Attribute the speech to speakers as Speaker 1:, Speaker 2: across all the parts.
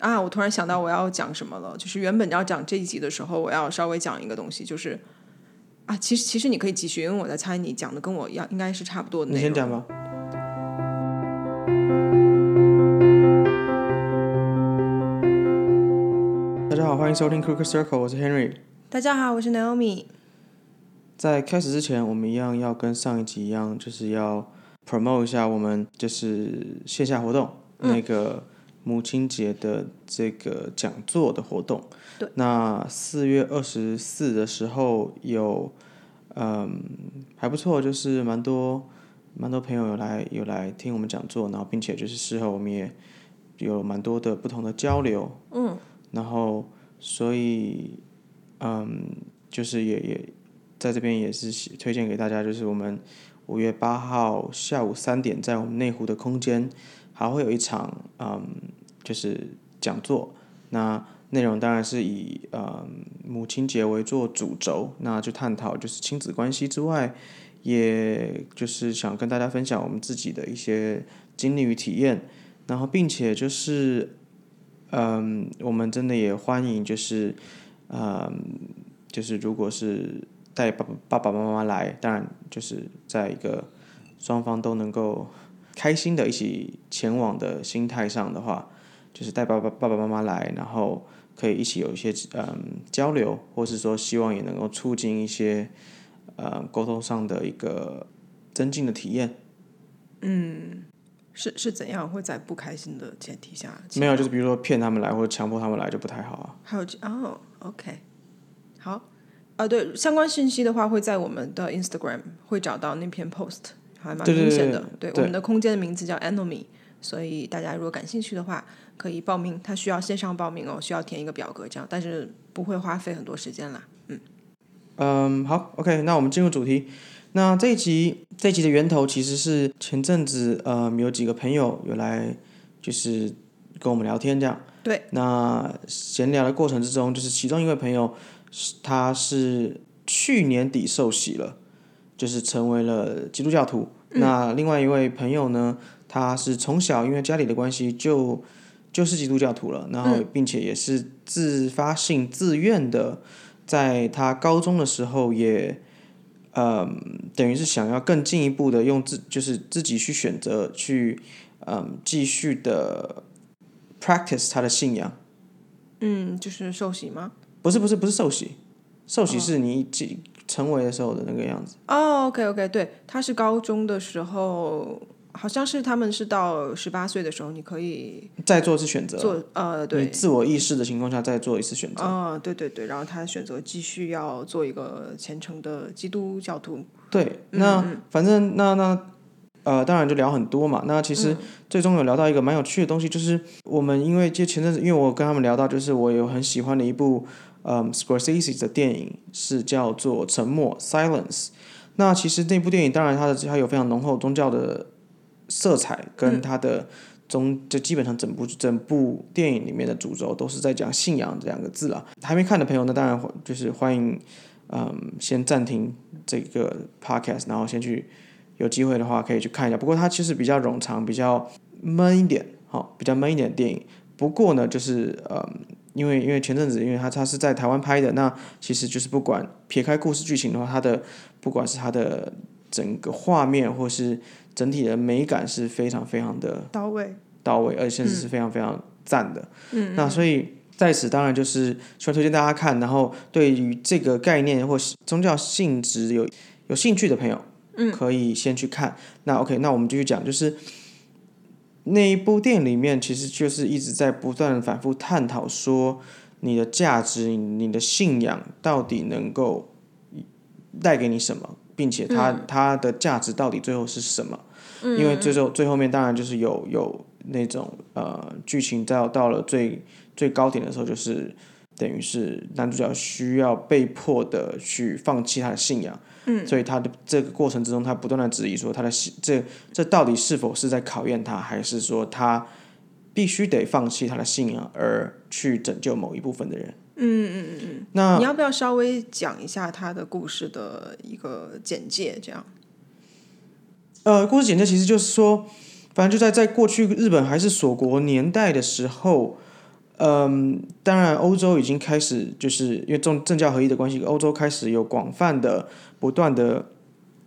Speaker 1: 啊，我突然想到我要讲什么了，就是原本要讲这一集的时候，我要稍微讲一个东西，就是啊，其实其实你可以继续，因为我在猜你讲的跟我要应该是差不多的
Speaker 2: 你
Speaker 1: 内
Speaker 2: 先
Speaker 1: 容。
Speaker 2: 讲吧。大家好，欢迎收听 Crooked Circle，我是 Henry。
Speaker 1: 大家好，我是 Naomi。
Speaker 2: 在开始之前，我们一样要跟上一集一样，就是要 promote 一下我们就是线下活动、那个母亲节的这个讲座的活动。
Speaker 1: 对，
Speaker 2: 那四月二十四的时候有，嗯，还不错，就是蛮多蛮多朋友有来有来听我们讲座，然后并且就是事后我们也有蛮多的不同的交流。嗯，然后所以嗯，就是也也在这边也是希推荐给大家，就是我们五月八号下午三点，在我们内湖的空间还会有一场嗯，就是讲座。那内容当然是以嗯母亲节为做主轴，那就探讨就是亲子关系之外，也就是想跟大家分享我们自己的一些经历与体验，然后并且就是嗯，我们真的也欢迎就是嗯，就是如果是带爸爸爸爸妈妈来，当然就是在一个双方都能够开心的一起前往的心态上的话，就是带爸爸爸爸妈妈来，然后可以一起有一些嗯交流，或是说希望也能够促进一些呃沟通上的一个增进的体验。
Speaker 1: 是是怎样会在不开心的前提下？
Speaker 2: 没有，就是比如说骗他们来或者强迫他们来就不太好啊。
Speaker 1: 还有这哦，OK，好，啊，对，相关信息的话会在我们的 Instagram 会找到那篇 post，还蛮
Speaker 2: 对对
Speaker 1: 明显
Speaker 2: 对
Speaker 1: 的。
Speaker 2: 对
Speaker 1: 我们的空间的名字叫 Anomy，所以大家如果感兴趣的话，可以报名，它需要线上报名哦，需要填一个表格这样，但是不会花费很多时间啦。
Speaker 2: 嗯，好，OK，那我们进入主题。那这一集这一集的源头其实是前阵子，呃，有几个朋友有来，就是跟我们聊天这样。
Speaker 1: 对。
Speaker 2: 那闲聊的过程之中，就是其中一位朋友，是他是去年底受洗了，就是成为了基督教徒。那另外一位朋友呢，他是从小因为家里的关系就就是基督教徒了，然后并且也是自发性自愿的。在他高中的时候也，嗯，等于是想要更进一步的用自就是自己去选择去，嗯，继续的 practice 他的信仰。
Speaker 1: 嗯，就是受洗吗？
Speaker 2: 不是不是不是受洗，受洗是你继成为的时候的那个样子。
Speaker 1: 哦、o k OK，对，他是高中的时候，好像是他们是到十八岁的时候，你可以
Speaker 2: 再做一次选择，
Speaker 1: 做呃，对
Speaker 2: 你，自我意识的情况下再做一次选择。
Speaker 1: 啊，对对对，然后他选择继续要做一个虔诚的基督教徒。
Speaker 2: 对，那反正那那呃，当然就聊很多嘛。那其实最终有聊到一个蛮有趣的东西，就是我们因为就前阵子，因为我跟他们聊到，就是我有很喜欢的一部嗯 Scorsese 的电影，是叫做《沉默》。 那其实那部电影当然它的它有非常浓厚宗教的色彩，跟它的宗、就基本上整部整部电影里面的主轴都是在讲信仰这两个字了。还没看的朋友呢，当然就是欢迎嗯先暂停这个 podcast，然后先去有机会的话可以去看一下。不过它其实比较冗长，比较闷一点，好、比较闷一点的电影。不过呢，就是嗯，因为因为前阵子，因为它它是在台湾拍的，那其实就是不管撇开故事剧情的话，它的不管是它的整个画面或是整体的美感是非常非常的
Speaker 1: 到位，
Speaker 2: 到位，而且甚至是非常非常赞的。嗯，那所以在此当然就是希望推荐大家看，然后对于这个概念或是宗教性质有有兴趣的朋友，嗯，可以先去看。那 OK，那我们继续讲，就是那一部电影里面，其实就是一直在不断的反复探讨说你的价值、你的信仰到底能够带给你什么，并且它、它的价值到底最后是什么。因
Speaker 1: 嗯
Speaker 2: 为最后最后面当然就是有有那种呃剧情到到了最最高点的时候，就是等于是男主角需要被迫的去放弃他的信仰，嗯，所以他的这个过程之中，他不断的质疑说他的信这这到底是否是在考验他，还是说他必须得放弃他的信仰而去拯救某一部分的人？嗯嗯嗯嗯。那
Speaker 1: 你要不要稍微讲一下他的故事的一个简介？这样，
Speaker 2: 呃，故事简介其实就是说，反正就在在过去日本还是锁国年代的时候，嗯，当然，欧洲已经开始，就是因为政政教合一的关系，欧洲开始有广泛的、不断的，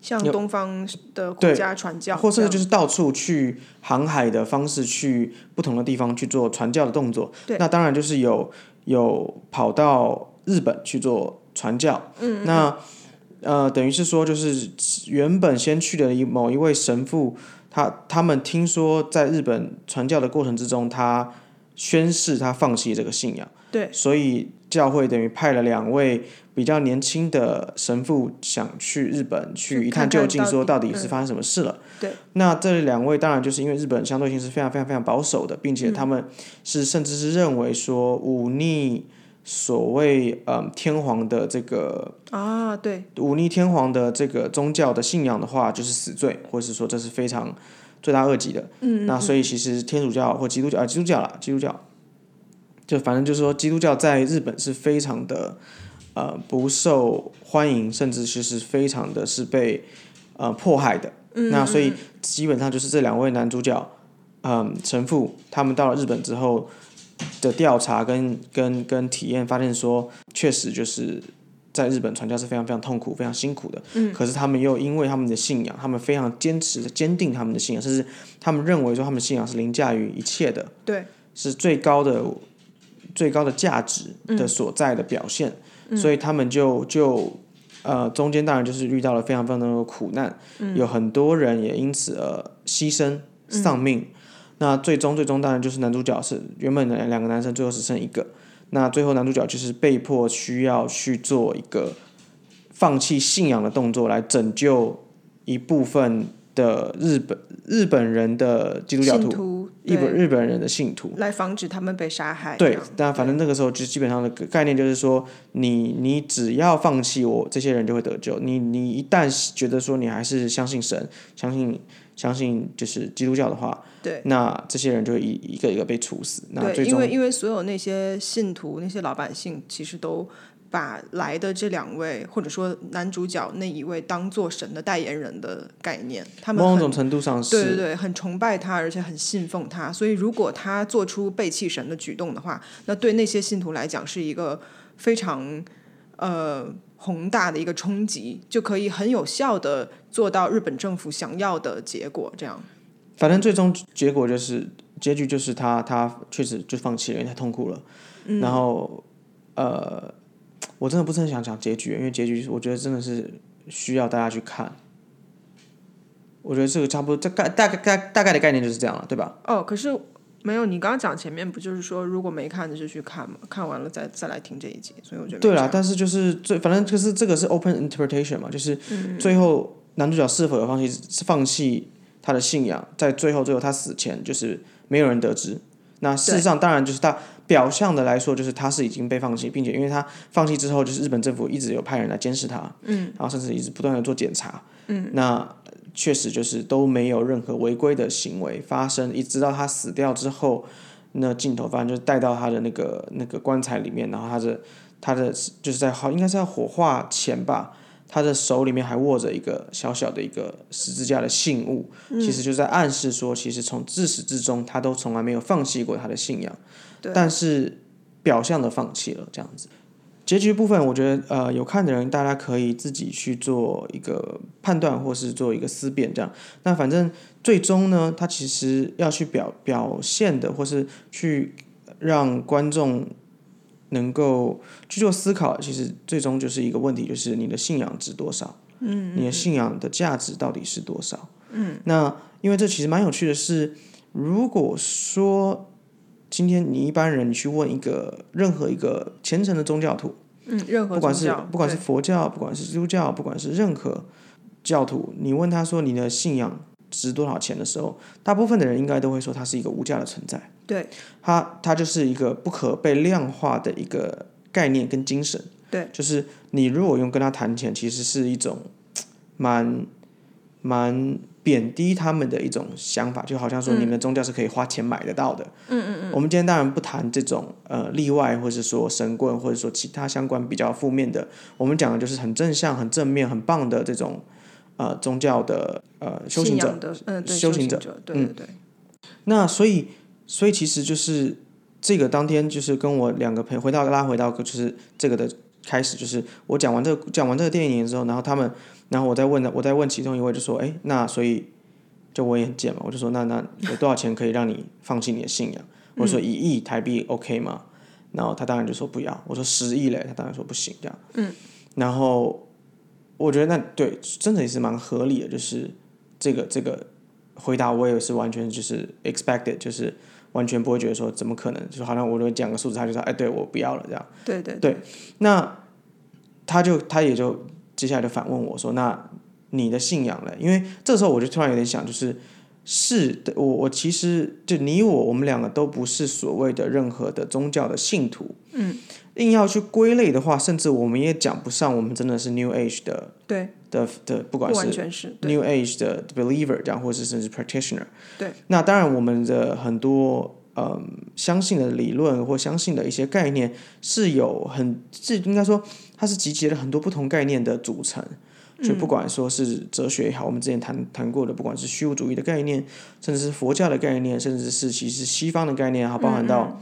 Speaker 1: 向东方的国
Speaker 2: 对
Speaker 1: 家传教，
Speaker 2: 或甚
Speaker 1: 这样
Speaker 2: 至就是到处去航海的方式，去不同的地方去做传教的动作。
Speaker 1: 对
Speaker 2: 那当然就是有有跑到日本去做传教。嗯，那呃，等于是说，就是原本先去的一某一位神父，他他们听说在日本传教的过程之中，他宣誓他放弃这个信仰。
Speaker 1: 对，
Speaker 2: 所以教会等于派了两位比较年轻的神父，想去日本去
Speaker 1: 去
Speaker 2: 一探
Speaker 1: 看看
Speaker 2: 究竟，
Speaker 1: 到底
Speaker 2: 说到底是
Speaker 1: 嗯
Speaker 2: 发生什么事了。
Speaker 1: 对，
Speaker 2: 那这两位当然就是因为日本相对性是非常非常非常保守的，并
Speaker 1: 嗯
Speaker 2: 且他们是甚至是认为说忤逆所谓嗯天皇的这个
Speaker 1: 啊，对，
Speaker 2: 忤逆天皇的这个宗教的信仰的话，就是死罪，或者是说这是非常罪大恶极的。
Speaker 1: 嗯，
Speaker 2: 那所以其实天主教或基督教啊，基督教啦，基督教，就反正就是说基督教在日本是非常的呃不受欢迎，甚至是是非常的是被呃迫害的。
Speaker 1: 嗯
Speaker 2: 那所以基本上就是这两位男主角，嗯，神父他们到了日本之后的调查跟跟跟体验，发现说确实就是。在日本传教是非常非常痛苦、非常辛苦的，嗯、可是他们又因为他们的信仰，他们非常坚持的、坚定他们的信仰，甚至他们认为说他们信仰是凌驾于一切的，
Speaker 1: 嗯对，
Speaker 2: 是最高的、最高的价值
Speaker 1: 嗯
Speaker 2: 的所在的表现，所以他们就就呃中间当然就是遇到了非常非常多的苦难，
Speaker 1: 嗯
Speaker 2: 有很多人也因此而牺牲丧命。那最终最终当然就是男主角是原本的两个男生，最后只剩一个。那最后男主角就是被迫需要去做一个放弃信仰的动作，来拯救一部分的日本日本人的基督教
Speaker 1: 信
Speaker 2: 徒，
Speaker 1: 徒
Speaker 2: 日本
Speaker 1: 对
Speaker 2: 日本人的信徒。
Speaker 1: 来防止他们被杀害，这
Speaker 2: 对
Speaker 1: 样，
Speaker 2: 但反正那个时候就基本上的概念就是说，你你只要放弃我，这些人就会得救。你你一旦觉得说你还是相信神，相信相信就是基督教的话，
Speaker 1: 对
Speaker 2: 那这些人就会一一个一个被处死。那最
Speaker 1: 对，因
Speaker 2: 终
Speaker 1: 为因为所有那些信徒、那些老百姓，其实都把来的这两位，或者说男主角那一位，当做神的代言人的概念，他们
Speaker 2: 某
Speaker 1: 很
Speaker 2: 种程度上
Speaker 1: 对对
Speaker 2: 是
Speaker 1: 对，很崇拜他，而且很信奉他。所以，如果他做出背弃神的举动的话，那对那些信徒来讲是一个非常呃宏大的一个冲击，就可以很有效的做到日本政府想要的结果。这样，
Speaker 2: 反正最终结果就是结局就是他他确实就放弃了，因为太痛苦了。然后呃，我真的不是很想讲结局，因为结局我觉得真的是需要大家去看。我觉得这个差不多，这概大概大大概的概念就是这样了，对吧？
Speaker 1: 哦，可是没有，你刚刚讲前面不就是说，如果没看的就去看嘛，看完了再再来听这一集。所以我觉得没
Speaker 2: 对啦
Speaker 1: 差，
Speaker 2: 但是就是最反正就是这个是 open interpretation 嘛，就是
Speaker 1: 嗯
Speaker 2: 最后男主角是否有放弃是放弃他的信仰，在最后最后他死前就是没有人得知。那事实上当然就是他表象的来说，就是他是已经被放弃，并且因为他放弃之后，就是日本政府一直有派人来监视他，嗯，然后甚至一直不断的做检查，嗯，那确实就是都没有任何违规的行为发生，一直到他死掉之后。那镜头反正就是带到他的那个那个棺材里面，然后他的他的就是在好应该是在火化前吧，他的手里面还握着一个小小的一个十字架的信物，其实就在暗示说，其实从自始至终他都从来没有放弃过他的信仰，
Speaker 1: 对
Speaker 2: 但是表象的放弃了这样子。结局部分，我觉得呃，有看的人大家可以自己去做一个判断，或是做一个思辨这样。那反正最终呢，他其实要去表表现的，或是去让观众能够去做思考，其实最终就是一个问题，就是你的信仰值多少？嗯，你的信仰的价值到底是多少？嗯，那因为这其实蛮有趣的是，如果说今天你一般人你去问一个任何一个虔诚的宗教徒，
Speaker 1: 嗯，任何
Speaker 2: 不管
Speaker 1: 宗
Speaker 2: 是
Speaker 1: 教
Speaker 2: 不管是
Speaker 1: 对
Speaker 2: 佛教，不管是基督教，不管是任何教徒，你问他说你的信仰值多少钱的时候，大部分的人应该都会说它是一个无价的存在。
Speaker 1: 对
Speaker 2: 它它就是一个不可被量化的一个概念跟精神。
Speaker 1: 对，
Speaker 2: 就是你如果用跟他谈钱，其实是一种嘖蛮蛮贬低他们的一种想法，就好像说你们的宗教是可以花钱买得到的。嗯嗯嗯。我们今天当然不谈这种呃例外，或是说神棍，或者说其他相关比较负面的，我们讲的就是很正向、很正面、很棒的这种呃宗教的呃修行
Speaker 1: 信
Speaker 2: 者。
Speaker 1: 仰的，嗯，对，
Speaker 2: 修
Speaker 1: 修
Speaker 2: 行
Speaker 1: 行
Speaker 2: 者
Speaker 1: 者，对对对，
Speaker 2: 那所以，所以其实就是这个当天就是跟我两个朋友回到拉回到就是这个的开始，就是我讲完这个讲完这个电影之后，然后他们，然后我再问我再问其中一位就说，哎，那所以就我也很贱嘛，我就说那那有多少钱可以让你放弃你的信仰？我说一亿台币 OK 吗？然后他当然就说不要，我说十亿嘞，他当然说不行这样，嗯，然后我觉得那对真的也是蛮合理的，就是这个这个回答我也是完全就是 expected 就是。完全不会觉得说怎么可能，就好像我如果讲个数字，他就说哎，对我不要了这样。
Speaker 1: 对对
Speaker 2: 对那他就他也就接下来就反问我说，那你的信仰嘞？因为这时候我就突然有点想，就是是的，我我其实就你我我们两个都不是所谓的任何的宗教的信徒，嗯，硬要去归类的话，甚至我们也讲不上我们真的是 New Age 的
Speaker 1: 对，
Speaker 2: 的的，不
Speaker 1: 不
Speaker 2: 管是
Speaker 1: 完全是对
Speaker 2: New Age 的 believer 这样，或者甚至 practitioner。
Speaker 1: 对，
Speaker 2: 那当然我们的很多嗯相信的理论或相信的一些概念是有很是应该说它是集结了很多不同概念的组成。所
Speaker 1: 嗯
Speaker 2: 以不管说是哲学也好，我们之前谈谈过的，不管是虚无主义的概念，甚至是佛教的概念，甚至是其实西方的概念，还包含到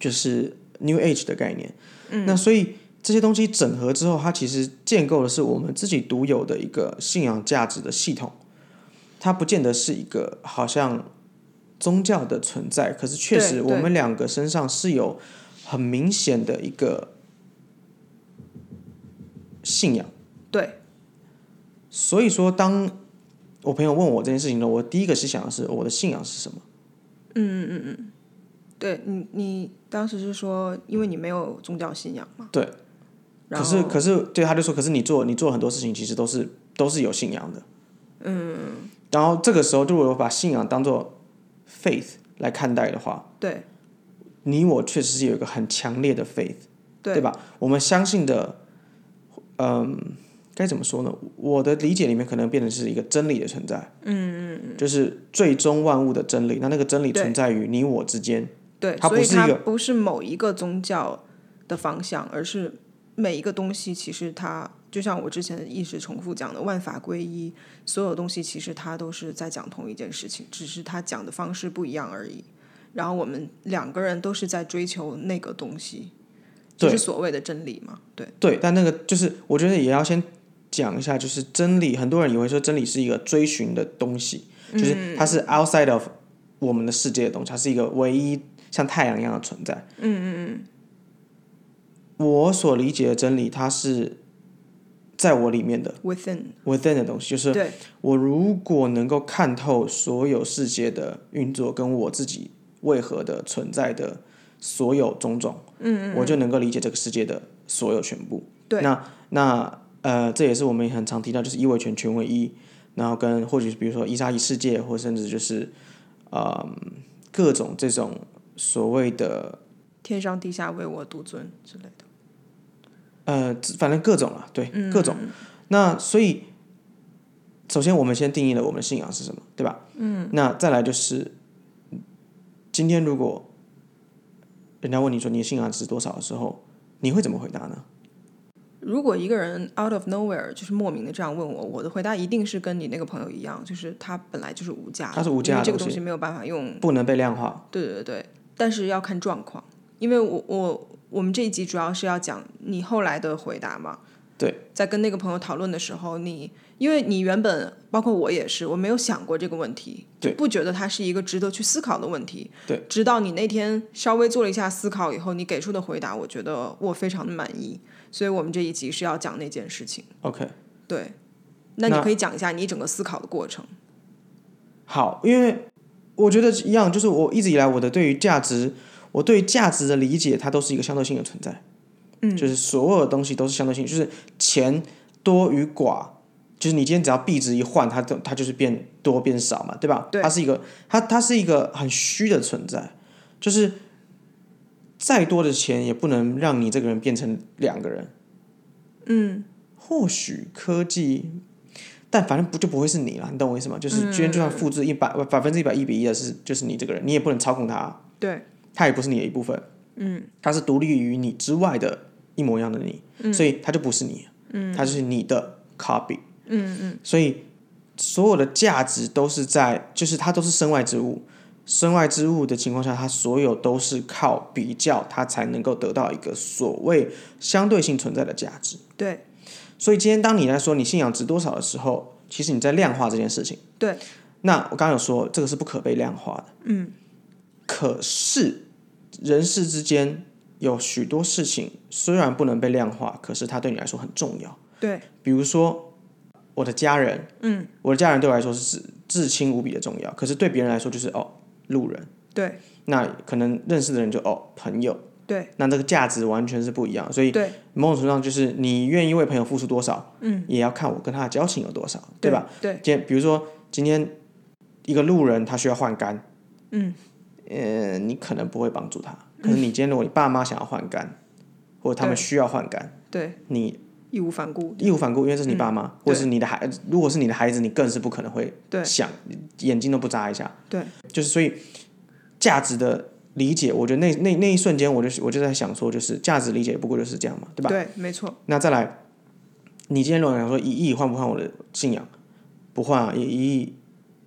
Speaker 2: 就是 New Age 的概念。嗯，那所以这些东西整合之后，它其实建构的是我们自己独有的一个信仰价值的系统。它不见得是一个好像宗教的存在，可是确实
Speaker 1: 对
Speaker 2: 我
Speaker 1: 对
Speaker 2: 们两个身上是有很明显的一个信仰。
Speaker 1: 对
Speaker 2: 所以说，当我朋友问我这件事情呢，我第一个是想的是我的信仰是什么？
Speaker 1: 对，你你当时是说，因为你没有宗教信仰嘛？
Speaker 2: 对。
Speaker 1: 然
Speaker 2: 可
Speaker 1: 后
Speaker 2: 是可是对他就说，可是你做你做很多事情其实都是都是有信仰的。嗯。然后这个时候，如果我把信仰当做 faith 来看待的话，
Speaker 1: 对
Speaker 2: 你我确实是有一个很强烈的 faith，
Speaker 1: 对
Speaker 2: 吧？我们相信的，嗯，该怎么说呢？我的理解里面可能变成是一个真理的存在，嗯嗯嗯，就是最终万物的真理。那那个真理
Speaker 1: 对
Speaker 2: 存在于你我之间，
Speaker 1: 对，
Speaker 2: 它
Speaker 1: 所以
Speaker 2: 不是一
Speaker 1: 它
Speaker 2: 个
Speaker 1: 不是某一个宗教的方向，而是每一个东西其实它就像我之前一直重复讲的，万法归一，所有东西其实它都是在讲同一件事情，只是它讲的方式不一样而已。然后我们两个人都是在追求那个东西，就
Speaker 2: 对
Speaker 1: 是所谓的真理嘛？对
Speaker 2: 对，但那个就是我觉得也要先讲一下，就是真理，很多人以为说真理是一个追寻的东西，就是它是 outside of 我们的世界的东西，它是一个唯一像太阳一样的存在。嗯嗯嗯。我所理解的真理，它是在我里面的
Speaker 1: ，within，
Speaker 2: within 的东西，就是
Speaker 1: 对
Speaker 2: 我如果能够看透所有世界的运作跟我自己为何的存在的所有种种，嗯我就能够理解这个世界的所有全部。
Speaker 1: 对
Speaker 2: 那那呃，这也是我们很常提到，就是一为全，全为一，然后跟或许是比如说一加一世界，或甚至就是呃各种这种所谓的
Speaker 1: 天上地下唯我独尊之类的。
Speaker 2: 呃，反正各种啊，对，各种。那所以，首先我们先定义了我们的信仰是什么，对吧？嗯。那再来就是，今天如果人家问你说你的信仰值多少的时候，你会怎么回答呢？
Speaker 1: 如果一个人 out of nowhere 就是莫名的这样问我，我的回答一定是跟你那个朋友一样，就是他本来就是无价的，
Speaker 2: 它是无价的
Speaker 1: 因为这个
Speaker 2: 东
Speaker 1: 东
Speaker 2: 西
Speaker 1: 西没有办法用。
Speaker 2: 不能被量化，
Speaker 1: 对对对，但是要看状况，因为我我我们这一集主要是要讲你后来的回答嘛。
Speaker 2: 对，
Speaker 1: 在跟那个朋友讨论的时候，你因为你原本包括我也是，我没有想过这个问题，
Speaker 2: 对
Speaker 1: 不觉得它是一个值得去思考的问题，
Speaker 2: 对，
Speaker 1: 直到你那天稍微做了一下思考以后，你给出的回答，我觉得我非常的满意，所以我们这一集是要讲那件事情。
Speaker 2: OK，
Speaker 1: 对，那你
Speaker 2: 那
Speaker 1: 可以讲一下你整个思考的过程。
Speaker 2: 好，因为我觉得一样，就是我一直以来我的对于价值，我对于价值的理解，它都是一个相对性的存在。嗯，就是所有的东西都是相对性，就是钱多与寡，就是你今天只要币值一换，它都它就是变多变少嘛，对吧？
Speaker 1: 对
Speaker 2: 它是一个它它是一个很虚的存在，就是再多的钱也不能让你这个人变成两个人。嗯，或许科技但反正不就不会是你了，你懂我意思吗？就是今天就算复制一百百分之一百一比一的是就是你这个人，你也不能操控它，
Speaker 1: 对
Speaker 2: 它也不是你的一部分，嗯，它是独立于你之外的一模一样的你，所以它就不是你，嗯，它就是你的 copy，嗯嗯，所以所有的价值都是在，就是它都是身外之物，身外之物的情况下，它所有都是靠比较，它才能够得到一个所谓相对性存在的价值。
Speaker 1: 对
Speaker 2: 所以今天当你来说你信仰值多少的时候，其实你在量化这件事情。
Speaker 1: 对，
Speaker 2: 那我刚刚有说这个是不可被量化的，嗯，可是人世之间有许多事情虽然不能被量化，可是它对你来说很重要。
Speaker 1: 对
Speaker 2: 比如说我的家人，嗯，我的家人对我来说是至至亲无比的重要，可是对别人来说就是哦路人，
Speaker 1: 对
Speaker 2: 那可能认识的人就哦朋友，
Speaker 1: 对
Speaker 2: 那这个价值完全是不一样，所以
Speaker 1: 对
Speaker 2: 某种程度上就是你愿意为朋友付出多少，嗯，也要看我跟他的交情有多少，对吧？？
Speaker 1: 对
Speaker 2: 今天比如说今天一个路人他需要换肝，嗯，呃，你可能不会帮助他，可是你今天如果你爸妈想要换肝，或者他们
Speaker 1: 对
Speaker 2: 需要换肝，
Speaker 1: 对，
Speaker 2: 你
Speaker 1: 义无反顾。
Speaker 2: 义无反顾，因为这是你爸妈，或
Speaker 1: 对
Speaker 2: 者是你的孩，如果是你的孩子，你更是不可能会
Speaker 1: 对
Speaker 2: 想眼睛都不眨一下，
Speaker 1: 对，
Speaker 2: 就是所以价值的。理解，我觉得那那那一瞬间，我就我就在想说，就是价值理解不过就是这样嘛，对吧？
Speaker 1: 对，没错。
Speaker 2: 那再来，你今天如果想说一亿换不换我的信仰？不换啊，一一亿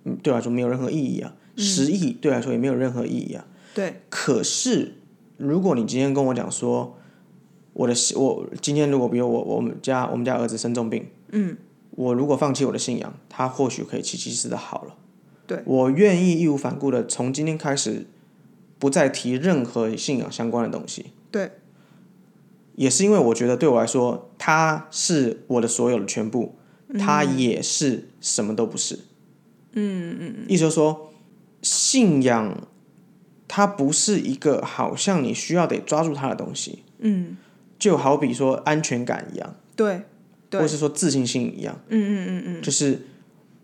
Speaker 2: 嗯对我来说没有任何意义啊，十亿对我来说也没有任何意义啊。
Speaker 1: 对
Speaker 2: 可是如果你今天跟我讲说，我的信我今天如果比如我我们家我们家儿子生重病，嗯，我如果放弃我的信仰，他或许可以七七四的好了。
Speaker 1: 对，
Speaker 2: 我愿意义无反顾的从今天开始，不再提任何信仰相关的东西。
Speaker 1: 对
Speaker 2: 也是因为我觉得对我来说，他是我的所有的全部，他也是什么都不是。嗯嗯，意思就是说，信仰它不是一个好像你需要得抓住它的东西。嗯，就好比说安全感一样，
Speaker 1: 对
Speaker 2: 或
Speaker 1: 对，
Speaker 2: 是说自信心一样。嗯嗯嗯嗯，就是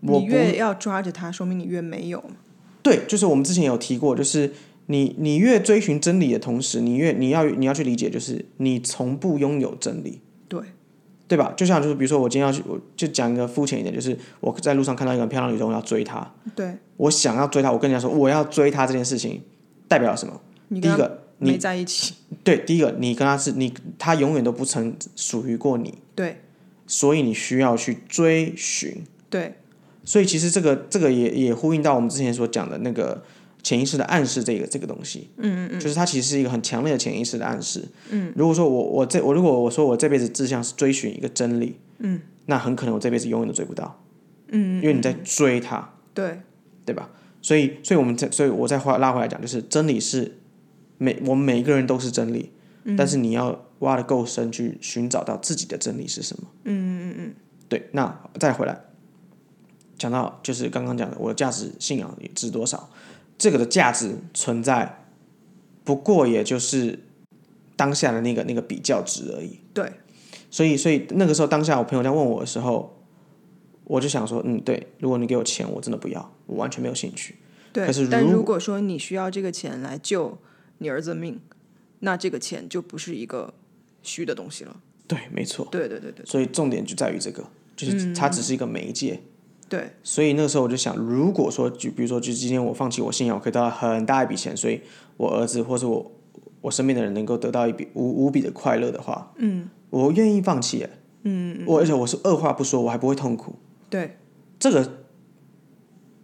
Speaker 2: 我
Speaker 1: 你
Speaker 2: 不
Speaker 1: 越要抓着它，说明你越没有嘛。
Speaker 2: 对，就是我们之前有提过，就是你你越追寻真理的同时，你越你要你要去理解，就是你从不拥有真理。
Speaker 1: 对
Speaker 2: 对吧？就像就是比如说，我今天要去，我就讲一个肤浅一点，就是我在路上看到一个很漂亮的女生，我要追她，
Speaker 1: 对，
Speaker 2: 我想要追她，我跟人家说我要追她这件事情代表了什么？
Speaker 1: 你
Speaker 2: 第
Speaker 1: 跟
Speaker 2: 一
Speaker 1: 他
Speaker 2: 个，
Speaker 1: 没在一起。
Speaker 2: 对，第一个，你跟她是你，她永远都不曾属于过你，
Speaker 1: 对
Speaker 2: 所以你需要去追寻。
Speaker 1: 对
Speaker 2: 所以其实这个这个也也呼应到我们之前所讲的那个潜意识的暗示这个这个东西，嗯嗯嗯，就是它其实是一个很强烈的潜意识的暗示，嗯，如果说我我这我如果我说我这辈子志向是追寻一个真理，嗯，那很可能我这辈子永远都追不到，嗯，因为你在追它，
Speaker 1: 对
Speaker 2: 对吧？所以所以我们再所以我再话拉回来讲，就是真理是每我们每一个人都是真理，但是你要挖的够深去寻找到自己的真理是什么，嗯嗯嗯，对，那再回来。讲到就是刚刚讲的，我的价值信仰也值多少，这个的价值存在，不过也就是当下的那个那个比较值而已。
Speaker 1: 对
Speaker 2: 所以，所以那个时候当下我朋友在问我的时候，我就想说，嗯，对，如果你给我钱，我真的不要，我完全没有兴趣。
Speaker 1: 对。
Speaker 2: 可是
Speaker 1: 但
Speaker 2: 如
Speaker 1: 如果说你需要这个钱来救你儿子命，那这个钱就不是一个虚的东西了。
Speaker 2: 对，没错。
Speaker 1: 对对对对
Speaker 2: 所以重点就在于这个，就是它只是一个媒介。
Speaker 1: 对
Speaker 2: 所以那个时候我就想，如果说就比如说，就今天我放弃我信仰，我可以得到很大一笔钱，所以我儿子或是我我身边的人能够得到一笔无无比的快乐的话，嗯，我愿意放弃耶，嗯，我而且我是二话不说，我还不会痛苦。
Speaker 1: 对
Speaker 2: 这个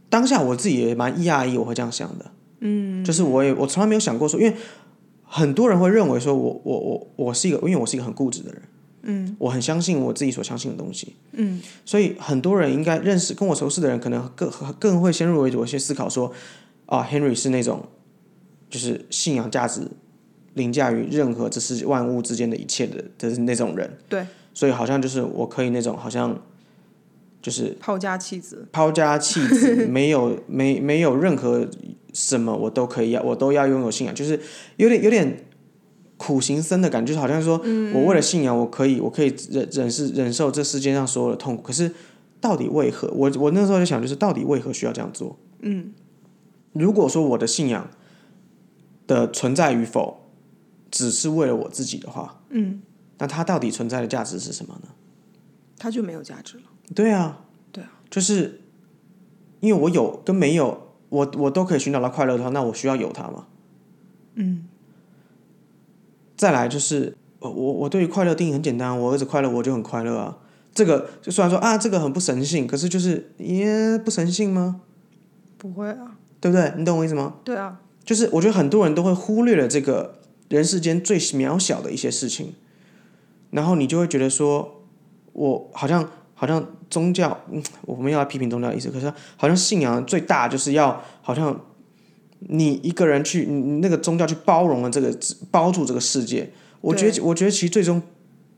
Speaker 2: 当下我自己也蛮讶异，我会这样想的，嗯，就是我也我从来没有想过说，因为很多人会认为说我我我我是一个，因为我是一个很固执的人，嗯，我很相信我自己所相信的东西，嗯，所以很多人应该认识跟我熟识的人，可能更更会先入为主，先思考说，啊，Henry 是那种就是信仰价值凌驾于任何这世万物之间的一切的的那种人，
Speaker 1: 对，
Speaker 2: 所以好像就是我可以那种好像就是。
Speaker 1: 抛家弃子。
Speaker 2: 抛家弃 子，没有没没有任何什么我都可以要，我都要拥有信仰，就是有点有点苦行僧的感觉，就是好像说、我为了信仰，我可以我可以忍忍是忍受这世界上所有的痛苦，可是到底为何？我我那时候就想，就是到底为何需要这样做？嗯，如果说我的信仰的存在与否只是为了我自己的话，嗯，那它到底存在的价值是什么呢？
Speaker 1: 它就没有价值了。
Speaker 2: 对啊，
Speaker 1: 对啊，
Speaker 2: 就是因为我有跟没有，我我都可以寻找到快乐的话，那我需要有它吗？嗯。再来就是我我我对于快乐定义很简单，我儿子快乐我就很快乐啊。这个就虽然说啊，这个很不神性，可是就是耶不神性吗？
Speaker 1: 不会啊，
Speaker 2: 对不对？你懂我意思吗？
Speaker 1: 对啊，
Speaker 2: 就是我觉得很多人都会忽略了这个人世间最渺小的一些事情，然后你就会觉得说，我好像好像宗教，嗯，我们要来批评宗教的意思，可是好像信仰最大就是要好像你一个人去，你你那个宗教去包容了这个包住这个世界。我觉得我觉得其实最终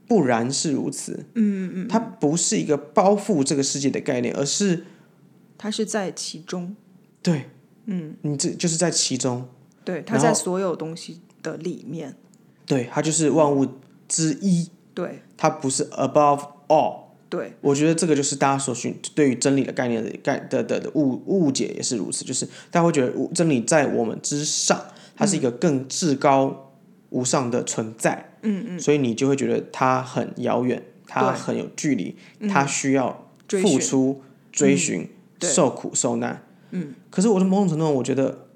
Speaker 2: 不然是如此，嗯嗯，它不是一个包覆这个世界的概念，而是。
Speaker 1: 他是在其中，
Speaker 2: 对，嗯，你这就是在其中，
Speaker 1: 对，
Speaker 2: 然
Speaker 1: 他在所有东西的里面，
Speaker 2: 对，它就是万物之一，
Speaker 1: 对
Speaker 2: 它不是 above all。
Speaker 1: 对
Speaker 2: 我觉得这个就是大家所寻对于真理的概念的概的的的误误解也是如此，就是大家会觉得我真理在我们之上，它是一个更至高无上的存在，嗯嗯，所以你就会觉得它很遥远，
Speaker 1: 对
Speaker 2: 它
Speaker 1: 嗯
Speaker 2: 很有距离，它需要
Speaker 1: 追
Speaker 2: 付
Speaker 1: 寻
Speaker 2: 出、追寻、
Speaker 1: 对
Speaker 2: 受苦、受难。嗯，可是我的某种程度上，我觉得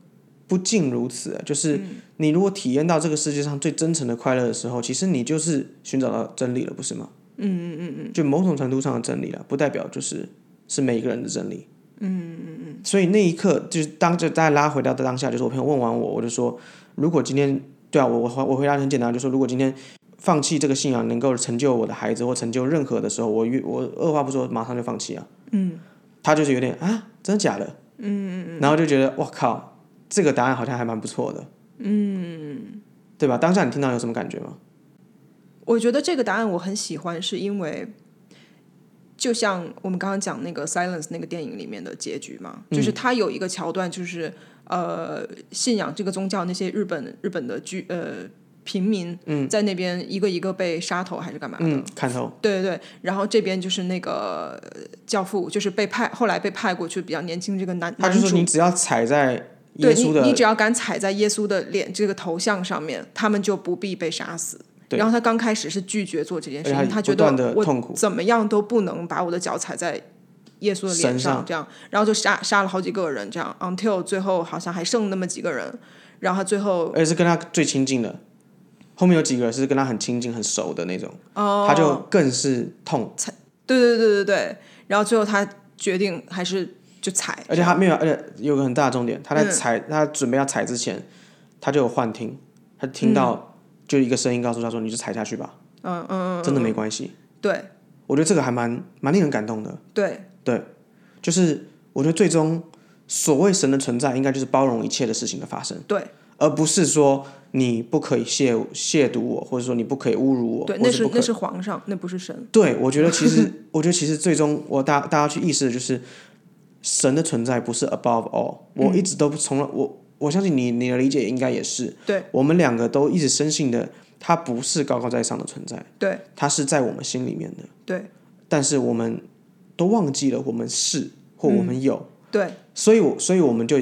Speaker 2: 不尽如此。啊就是你如果体验到这个世界上最真诚的快乐的时候，其实你就是寻找到真理了，不是吗？嗯嗯嗯嗯，就某种程度上的真理了，不代表就是是每一个人的真理。嗯嗯嗯。所以那一刻，就是当就大家拉回到当下，就是我朋友问完我，我就说，如果今天对啊，我我回我回答很简单，就说如果今天放弃这个信仰能够成就我的孩子或成就任何的时候，我越我二话不说马上就放弃啊。嗯，他就是有点啊，真的假的？嗯嗯嗯，然后就觉得我靠，这个答案好像还蛮不错的。嗯，对吧？当下你听到有什么感觉吗？
Speaker 1: 我觉得这个答案我很喜欢，是因为就像我们刚刚讲那个《Silence》那个电影里面的结局嘛，
Speaker 2: 嗯
Speaker 1: 就是它有一个桥段，就是呃，信仰这个宗教那些日本日本的居呃平民，在那边一个一个被杀头还是干嘛的，
Speaker 2: 嗯，看透。
Speaker 1: 对对对，然后这边就是那个呃教父，就是被派后来被派过去比较年轻这个男
Speaker 2: 他
Speaker 1: 男
Speaker 2: 就
Speaker 1: 主
Speaker 2: 说你只要踩在耶
Speaker 1: 对
Speaker 2: 稣
Speaker 1: 你，
Speaker 2: 的
Speaker 1: 你只要敢踩在耶稣的脸这个头像上面，他们就不必被杀死。
Speaker 2: 对
Speaker 1: 然后他刚开始是拒绝做这件事
Speaker 2: 而且
Speaker 1: 情，
Speaker 2: 他
Speaker 1: 他觉
Speaker 2: 不断
Speaker 1: 得
Speaker 2: 地痛苦
Speaker 1: 我怎么样都不能把我的脚踩在耶稣的
Speaker 2: 身
Speaker 1: 脸
Speaker 2: 上
Speaker 1: 这样然后就杀杀了好几个人，这样 until 最后好像还剩那么几个人，然后他最后
Speaker 2: 而且是跟他最亲近的，后面有几个是跟他很亲近、很熟的那种，
Speaker 1: 哦
Speaker 2: 他就更是痛，
Speaker 1: 对对对对对，然后最后他决定还是就踩，
Speaker 2: 而且他没有，而且有个很大的重点，他
Speaker 1: 嗯
Speaker 2: 在踩，他准备要踩之前，他就有幻听，他听到就一个声音告诉他说：“你就踩下去吧，
Speaker 1: 嗯嗯嗯，
Speaker 2: 真的没关系。
Speaker 1: 对”
Speaker 2: 我觉得这个还蛮蛮令人感动的，
Speaker 1: 对
Speaker 2: 就是我觉得最终所谓神的存在，应该就是包容一切的事情的发生，
Speaker 1: 对
Speaker 2: 而不是说你不可以亵亵渎我，或者说你不可以侮辱我，
Speaker 1: 对，
Speaker 2: 或
Speaker 1: 那
Speaker 2: 者
Speaker 1: 是
Speaker 2: 不可
Speaker 1: 那
Speaker 2: 以
Speaker 1: 是皇上，那不是神。
Speaker 2: 对，我觉得其实，我觉得其实最终我大大家去意识的就是，神的存在不是 above all。我一直都不从来我我相信你你的理解应该也是，
Speaker 1: 对
Speaker 2: 我们两个都一直深信的，他不是高高在上的存在，
Speaker 1: 对
Speaker 2: 他是在我们心里面的，
Speaker 1: 对
Speaker 2: 但是我们都忘记了我们是或我们有，
Speaker 1: 对
Speaker 2: 所以我所以我们就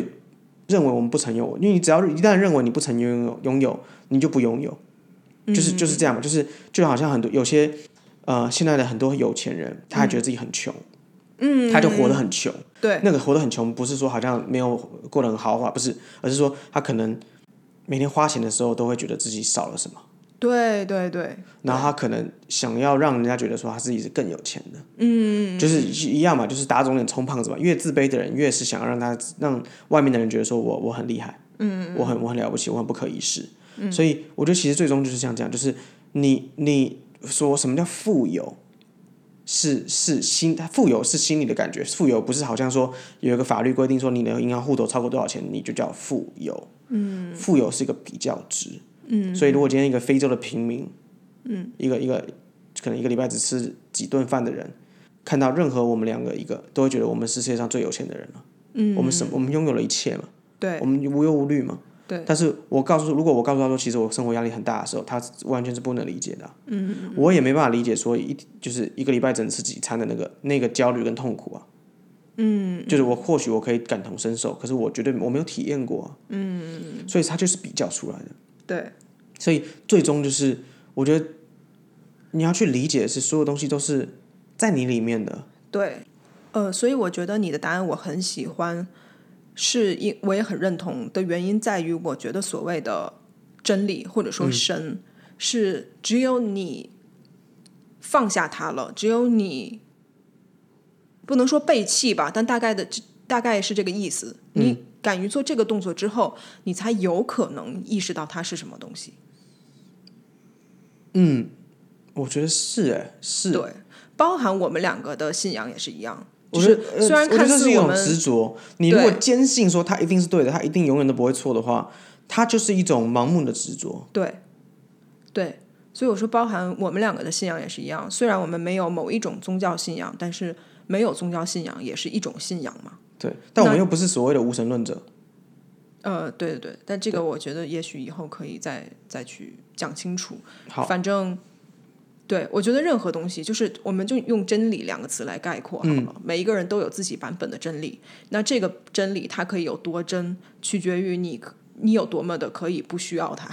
Speaker 2: 认为我们不曾拥有，因为你只要一旦认为你不曾拥有拥有，你就不拥有，就是就是这样嘛，就是就好像很多有些呃现在的很多有钱人，他还觉得自己很穷，嗯，他就活得很穷，
Speaker 1: 对
Speaker 2: 那个活得很穷，不是说好像没有过得很豪华，不是，而是说他可能每天花钱的时候都会觉得自己少了什么，
Speaker 1: 对对对，
Speaker 2: 然后他可能想要让人家觉得说他自己是更有钱的，嗯，就是一样嘛，就是打肿脸充胖子嘛。越自卑的人，越是想要让他让外面的人觉得说我我很厉害，嗯，我很我很了不起，我很不可一世。所以我觉得其实最终就是这样讲，就是你你说什么叫富有，是是心富有是心理的感觉，富有不是好像说有一个法律规定说你的银行户头超过多少钱你就叫富有，嗯，富有是一个比较值，嗯，所以如果今天一个非洲的平民，嗯，一个一个可能一个礼拜只吃几顿饭的人，看到任何我们两个一个都会觉得我们是世界上最有钱的人了，嗯，我们什我们拥有了一切嘛，
Speaker 1: 对
Speaker 2: 我们无忧无虑嘛。
Speaker 1: 对
Speaker 2: 但是我告诉，如果我告诉他说，其实我生活压力很大的时候，他完全是不能理解的啊、嗯，我也没办法理解说一就是一个礼拜只能吃几餐的那个那个焦虑跟痛苦啊。嗯，就是我或许我可以感同身受，可是我绝对我没有体验过、啊。嗯，所以他就是比较出来的。
Speaker 1: 对
Speaker 2: 所以最终就是，我觉得你要去理解的是所有东西都是在你里面的。
Speaker 1: 对，呃，所以我觉得你的答案我很喜欢，是因我也很认同的原因在于，我觉得所谓的真理或者说神，是只有你放下它了，只有你不能说背弃吧，但大概的大概是这个意思。你敢于做这个动作之后，你才有可能意识到它是什么东西。
Speaker 2: 我觉得是哎、是，
Speaker 1: 对，包含我们两个的信仰也是一样。
Speaker 2: 我
Speaker 1: 就
Speaker 2: 觉
Speaker 1: 是
Speaker 2: 得呃
Speaker 1: 虽然
Speaker 2: 我觉
Speaker 1: 看
Speaker 2: 得这
Speaker 1: 似
Speaker 2: 是一
Speaker 1: 我
Speaker 2: 种
Speaker 1: 们
Speaker 2: 执着。你如果
Speaker 1: 对
Speaker 2: 坚信说它一定是对的，它一定永远都不会错的话，它就是一种盲目的执着。
Speaker 1: 对，对，所以我说，包含我们两个的信仰也是一样。虽然我们没有某一种宗教信仰，但是没有宗教信仰也是一种信仰嘛。
Speaker 2: 对，但我
Speaker 1: 那
Speaker 2: 们又不是所谓的无神论者。
Speaker 1: 呃，对对对，但这个我觉得也许以后可以再再去讲清楚。
Speaker 2: 好，
Speaker 1: 反正对我觉得任何东西，就是我们就用真理两个词来概括好了。
Speaker 2: 嗯
Speaker 1: 每一个人都有自己版本的真理，那这个真理它可以有多真，取决于你你有多么的可以不需要它。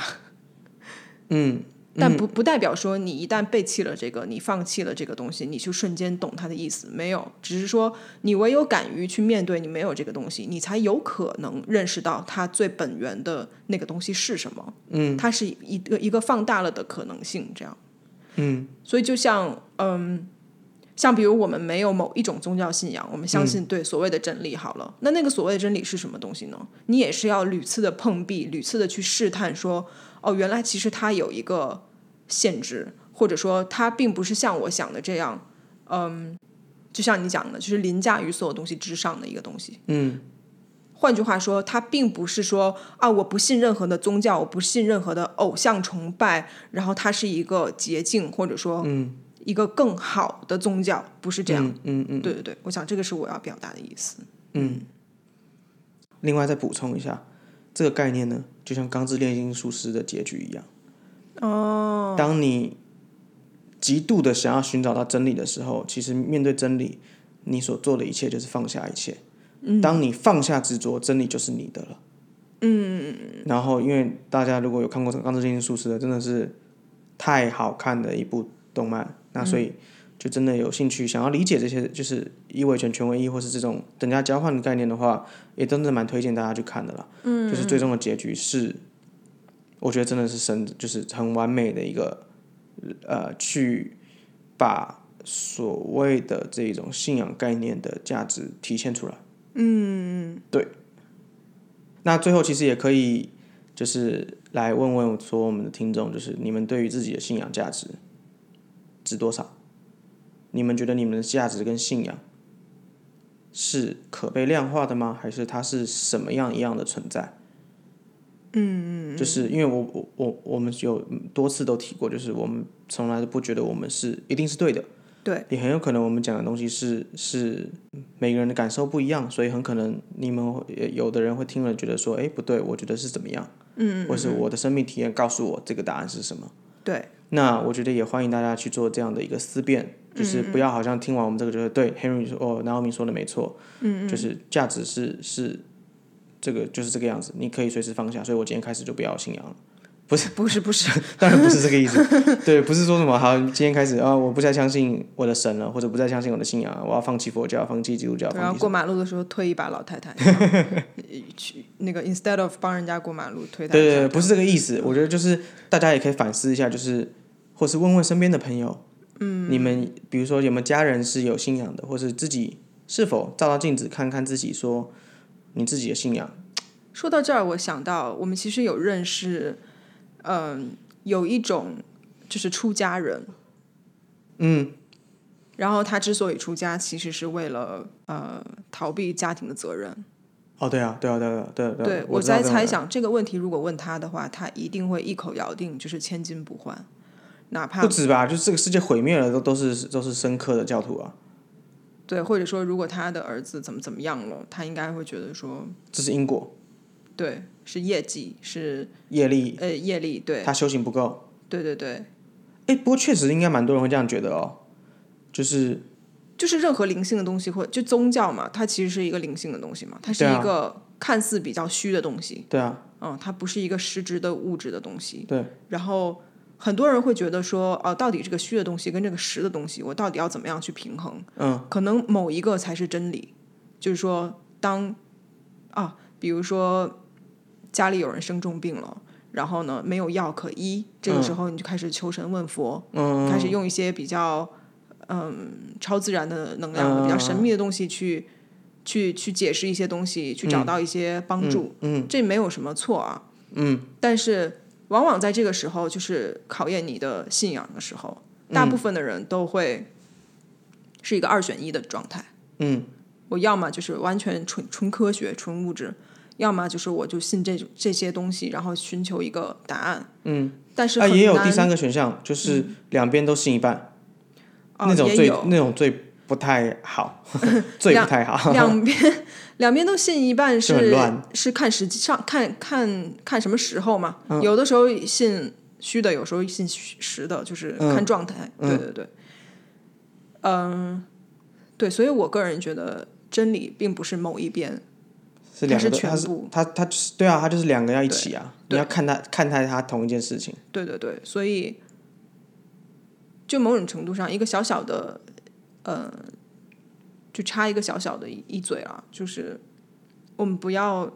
Speaker 2: 嗯，
Speaker 1: 但不不代表说你一旦背弃了这个，你放弃了这个东西，你就瞬间懂它的意思没有？只是说你唯有敢于去面对你没有这个东西，你才有可能认识到它最本源的那个东西是什么。嗯，它是一个一个放大了的可能性，这样。嗯，所以就像嗯。像比如我们没有某一种宗教信仰，我们相信对所谓的真理好了，那那个所谓的真理是什么东西呢？你也是要屡次的碰壁，屡次的去试探说，哦，原来其实它有一个限制，或者说它并不是像我想的这样，嗯，就像你讲的，就是凌驾于所有东西之上的一个东西。嗯，换句话说，它并不是说啊，我不信任何的宗教，我不信任何的偶像崇拜，然后它是一个捷径，或者说嗯，一个更好的宗教，不是这样。
Speaker 2: 嗯嗯嗯。
Speaker 1: 对对对，我想这个是我要表达的意思。
Speaker 2: 另外再补充一下，这个概念呢，就像《钢之炼金术师》的结局一样。哦。当你极度的想要寻找到真理的时候，其实面对真理，你所做的一切就是放下一切。嗯。当你放下执着，真理就是你的了。嗯。然后，因为大家如果有看过《钢之炼金术师》的，真的是太好看的一部动漫，那所以。就真的有兴趣想要理解这些，就是一维权、权威一或是这种等价交换的概念的话，也真的蛮推荐大家去看的啦。嗯，就是最终的结局是，我觉得真的是神，就是很完美的一个，呃，去把所谓的这种信仰概念的价值体现出来。嗯，对。那最后其实也可以，就是来问问说我们的听众，就是你们对于自己的信仰价值值多少？你们觉得你们的价值跟信仰是可被量化的吗？还是它是什么样一样的存在？嗯，就是因为我我我我们有多次都提过，就是我们从来都不觉得我们是一定是对的，
Speaker 1: 对，
Speaker 2: 也很有可能我们讲的东西是是每个人的感受不一样，所以很可能你们会有的人会听了觉得说，哎，不对，我觉得是怎么样，嗯，或是我的生命体验告诉我这个答案是什么。
Speaker 1: 对，
Speaker 2: 那我觉得也欢迎大家去做这样的一个思辨，就是不要好像听完我们这个就是对 Henry 说哦，南奥明说的没错，嗯就是价值是是这个就是这个样子，你可以随时放下，所以我今天开始就不要信仰了。
Speaker 1: 不是不是，
Speaker 2: 当然不是这个意 思，对，不是说什么好，今天开始啊，我不再相信我的神了，或者不再相信我的信仰了，我要放弃佛教，放弃基督教，
Speaker 1: 然
Speaker 2: 放
Speaker 1: 后
Speaker 2: 弃
Speaker 1: 过马路的时候推一把老太 太，然后去那个 instead of 帮人家过马路推她一
Speaker 2: 对
Speaker 1: 下。
Speaker 2: 对对，不是这个意思。
Speaker 1: 嗯
Speaker 2: 我觉得就是大家也可以反思一下，就是或是问问身边的朋友，嗯，你们比如说有没有家人是有信仰的，或是自己是否照照镜子看看自己，说你自己的信仰。
Speaker 1: 说到这儿，我想到我们其实有认识，嗯、有一种就是出家人，
Speaker 2: 嗯，
Speaker 1: 然后他之所以出家，其实是为了呃逃避家庭的责任。
Speaker 2: 哦，对啊，对啊，对啊，对啊对啊
Speaker 1: 对
Speaker 2: 我知道
Speaker 1: 在
Speaker 2: 这种
Speaker 1: 猜
Speaker 2: 人，
Speaker 1: 想这个问题，如果问他的话，他一定会一口咬定就是千金不换，哪怕
Speaker 2: 不止吧，就是这个世界毁灭了，都都是都是深刻的教徒啊，
Speaker 1: 对，或者说如果他的儿子怎么怎么样了，他应该会觉得说，
Speaker 2: 这是因果
Speaker 1: 对，是业绩，是
Speaker 2: 业力，
Speaker 1: 呃业力，对，
Speaker 2: 他修行不够。
Speaker 1: 对对对，
Speaker 2: 哎，不过确实应该蛮多人会这样觉得哦，就是
Speaker 1: 就是任何灵性的东西或就宗教嘛，它其实是一个灵性的东西嘛，它是
Speaker 2: 对啊
Speaker 1: 一个看似比较虚的东西，
Speaker 2: 对啊，
Speaker 1: 嗯，它不是一个实质的物质的东西。
Speaker 2: 对，
Speaker 1: 然后很多人会觉得说，哦、到底这个虚的东西跟这个实的东西，我到底要怎么样去平衡？
Speaker 2: 嗯，
Speaker 1: 可能某一个才是真理，就是说，当啊，比如说家里有人生重病了，然后呢没有药可医，这个
Speaker 2: 嗯
Speaker 1: 时候你就开始求神问佛，嗯、开始用一
Speaker 2: 嗯
Speaker 1: 些比较嗯超自然的能量、比较神秘的东西去去去解释一些东西，
Speaker 2: 嗯
Speaker 1: 去找到一些帮助，嗯，这没有什么错啊，嗯，但是往往在这个时候，就是考验你的信仰的时候，
Speaker 2: 嗯
Speaker 1: 大部分的人都会是一个二选一的状态，
Speaker 2: 嗯，
Speaker 1: 我要么就是完全纯纯科学、纯物质，要么就是我就信这这些东西，然后寻求一个答案，嗯，但是
Speaker 2: 啊，
Speaker 1: 很
Speaker 2: 也有
Speaker 1: 难嗯
Speaker 2: 第三个选项，就是两边都信一半，
Speaker 1: 哦
Speaker 2: 那种
Speaker 1: 也
Speaker 2: 最
Speaker 1: 有
Speaker 2: 那种最不太 好， 最不太好。
Speaker 1: 两边两边都信一半
Speaker 2: 啊就很
Speaker 1: 是
Speaker 2: 乱
Speaker 1: 是看实际上看看看什么时候嘛，
Speaker 2: 嗯
Speaker 1: 有的时候信虚的，有时候信虚实的，就是
Speaker 2: 嗯
Speaker 1: 看状态。对对对，嗯、对，所以我个人觉得真理并不是某一边，
Speaker 2: 是两
Speaker 1: 它是
Speaker 2: 个都，他
Speaker 1: 全
Speaker 2: 是
Speaker 1: 部
Speaker 2: 他他就是对啊，他就是两个要一起啊，你
Speaker 1: 对
Speaker 2: 要看他看待他同一件事情，
Speaker 1: 对对对，所以就某种程度上，一个小小的，呃，就插一个小小的一一嘴啊，就是我们不要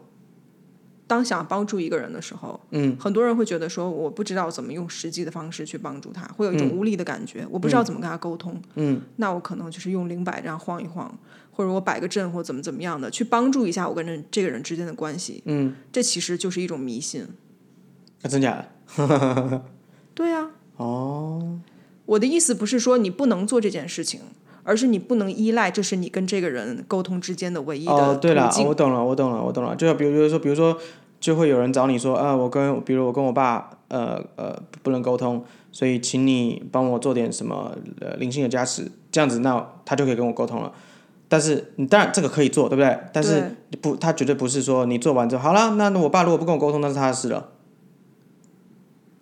Speaker 1: 当想帮助一个人的时候，嗯，很多人会觉得说我不知道怎么用实际的方式去帮助他，会有一种无力的感觉，我不知道怎么跟他沟通，嗯，那我可能就是用灵摆这样晃一晃，或者我摆个阵或怎么怎么样的去帮助一下我跟人这个人之间的关系，嗯，这其实就是一种迷信，
Speaker 2: 啊、真假的？
Speaker 1: 对啊。哦，哦我的意思不是说你不能做这件事情，而是你不能依赖这是你跟这个人沟通之间的唯一的途径。
Speaker 2: 哦，对了，我懂了，我懂了，我懂了。就比如，比如说，比如说，就会有人找你说，啊、我跟，比如我跟我爸，呃呃，不能沟通，所以请你帮我做点什么，呃，灵性的加持，这样子，那他就可以跟我沟通了。但是你当然这个可以做，对不对？但是不，他绝对不是说你做完之后，好了，那我爸如果不跟我沟通，那是他的事了。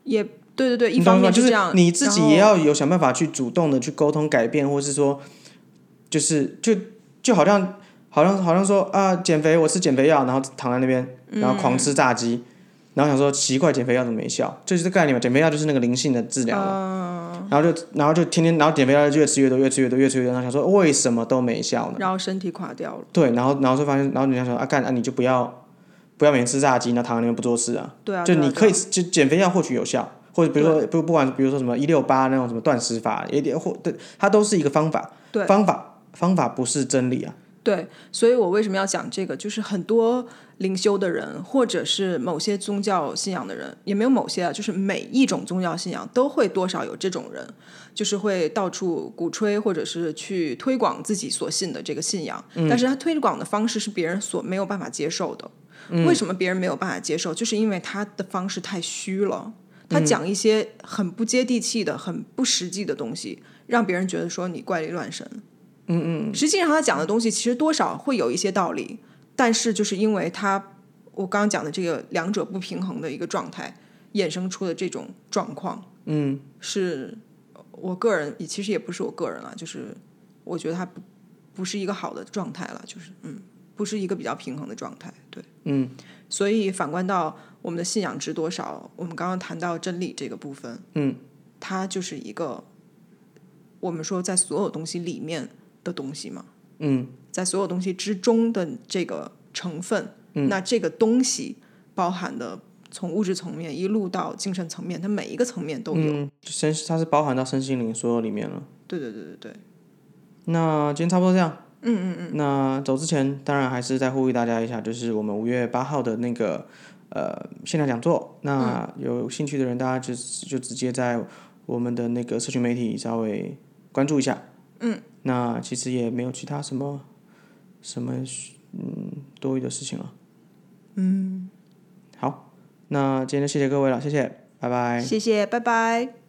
Speaker 1: 也对对对，一
Speaker 2: 你懂
Speaker 1: 方
Speaker 2: 吗？
Speaker 1: 面
Speaker 2: 就是
Speaker 1: 这样，
Speaker 2: 你自己也
Speaker 1: 然后
Speaker 2: 要有想办法去主动的去沟通改变，或是说，就是就就好像好像好像说啊，减肥我吃减肥药，然后躺在那边，然
Speaker 1: 嗯
Speaker 2: 后狂吃炸鸡，然后想说奇怪减肥药怎么没效？这就是概念嘛，减肥药就是那个灵性的治疗嘛。
Speaker 1: 哦
Speaker 2: 然后就，然后就天天，然后减肥药就越吃越多，越吃越多，越吃越多。然后想说为什么都没效呢？
Speaker 1: 然后身体垮掉了。
Speaker 2: 对，然后然后就发现，然后你想说啊，干啊，你就不要不要每天吃炸鸡，然后躺在那边不做事啊。
Speaker 1: 对啊，
Speaker 2: 就
Speaker 1: 对啊
Speaker 2: 你可以
Speaker 1: 对啊
Speaker 2: 就减肥药或许有效，或者比如说不不管比如说什么一六八那种什么断食法，也也或对，它都是一个方法。
Speaker 1: 对
Speaker 2: 方法方法不是真理啊。
Speaker 1: 对，所以我为什么要讲这个？就是很多灵修的人，或者是某些宗教信仰的人，也没有某些啊，就是每一种宗教信仰都会多少有这种人，就是会到处鼓吹或者是去推广自己所信的这个信仰，但是他推广的方式是别人所没有办法接受的。为什么别人没有办法接受？就是因为他的方式太虚了。他讲一些很不接地气的、很不实际的东西，让别人觉得说你怪力乱神。
Speaker 2: 嗯
Speaker 1: 实际上他讲的东西其实多少会有一些道理，但是就是因为他我刚刚讲的这个两者不平衡的一个状态，衍生出的这种状况，嗯，是我个人，也其实也不是我个人了，就是我觉得他不不是一个好的状态了，就是嗯，不是一个比较平衡的状态，对，
Speaker 2: 嗯，
Speaker 1: 所以反观到我们的信仰值多少，我们刚刚谈到真理这个部分，
Speaker 2: 嗯，
Speaker 1: 它就是一个我们说在所有东西里面的东西嘛，
Speaker 2: 嗯，
Speaker 1: 在所有东西之中的这个成分，
Speaker 2: 嗯
Speaker 1: 那这个东西包含的从物质层面一路到精神层面，它每一个层面都有。
Speaker 2: 嗯，就身它是包含到身心灵所有里面了。
Speaker 1: 对对对对对，
Speaker 2: 那今天差不多这样。嗯嗯嗯。那走之前，当然还是再呼吁大家一下，就是我们五月八号的那个呃线上讲座，那有兴趣的人，大家就就直接在我们的那个社群媒体稍微关注一下。嗯。那其实也没有其他什么什么嗯多余的事情了。嗯。好，那今天就谢谢各位了，谢谢，拜拜。
Speaker 1: 谢谢，拜拜。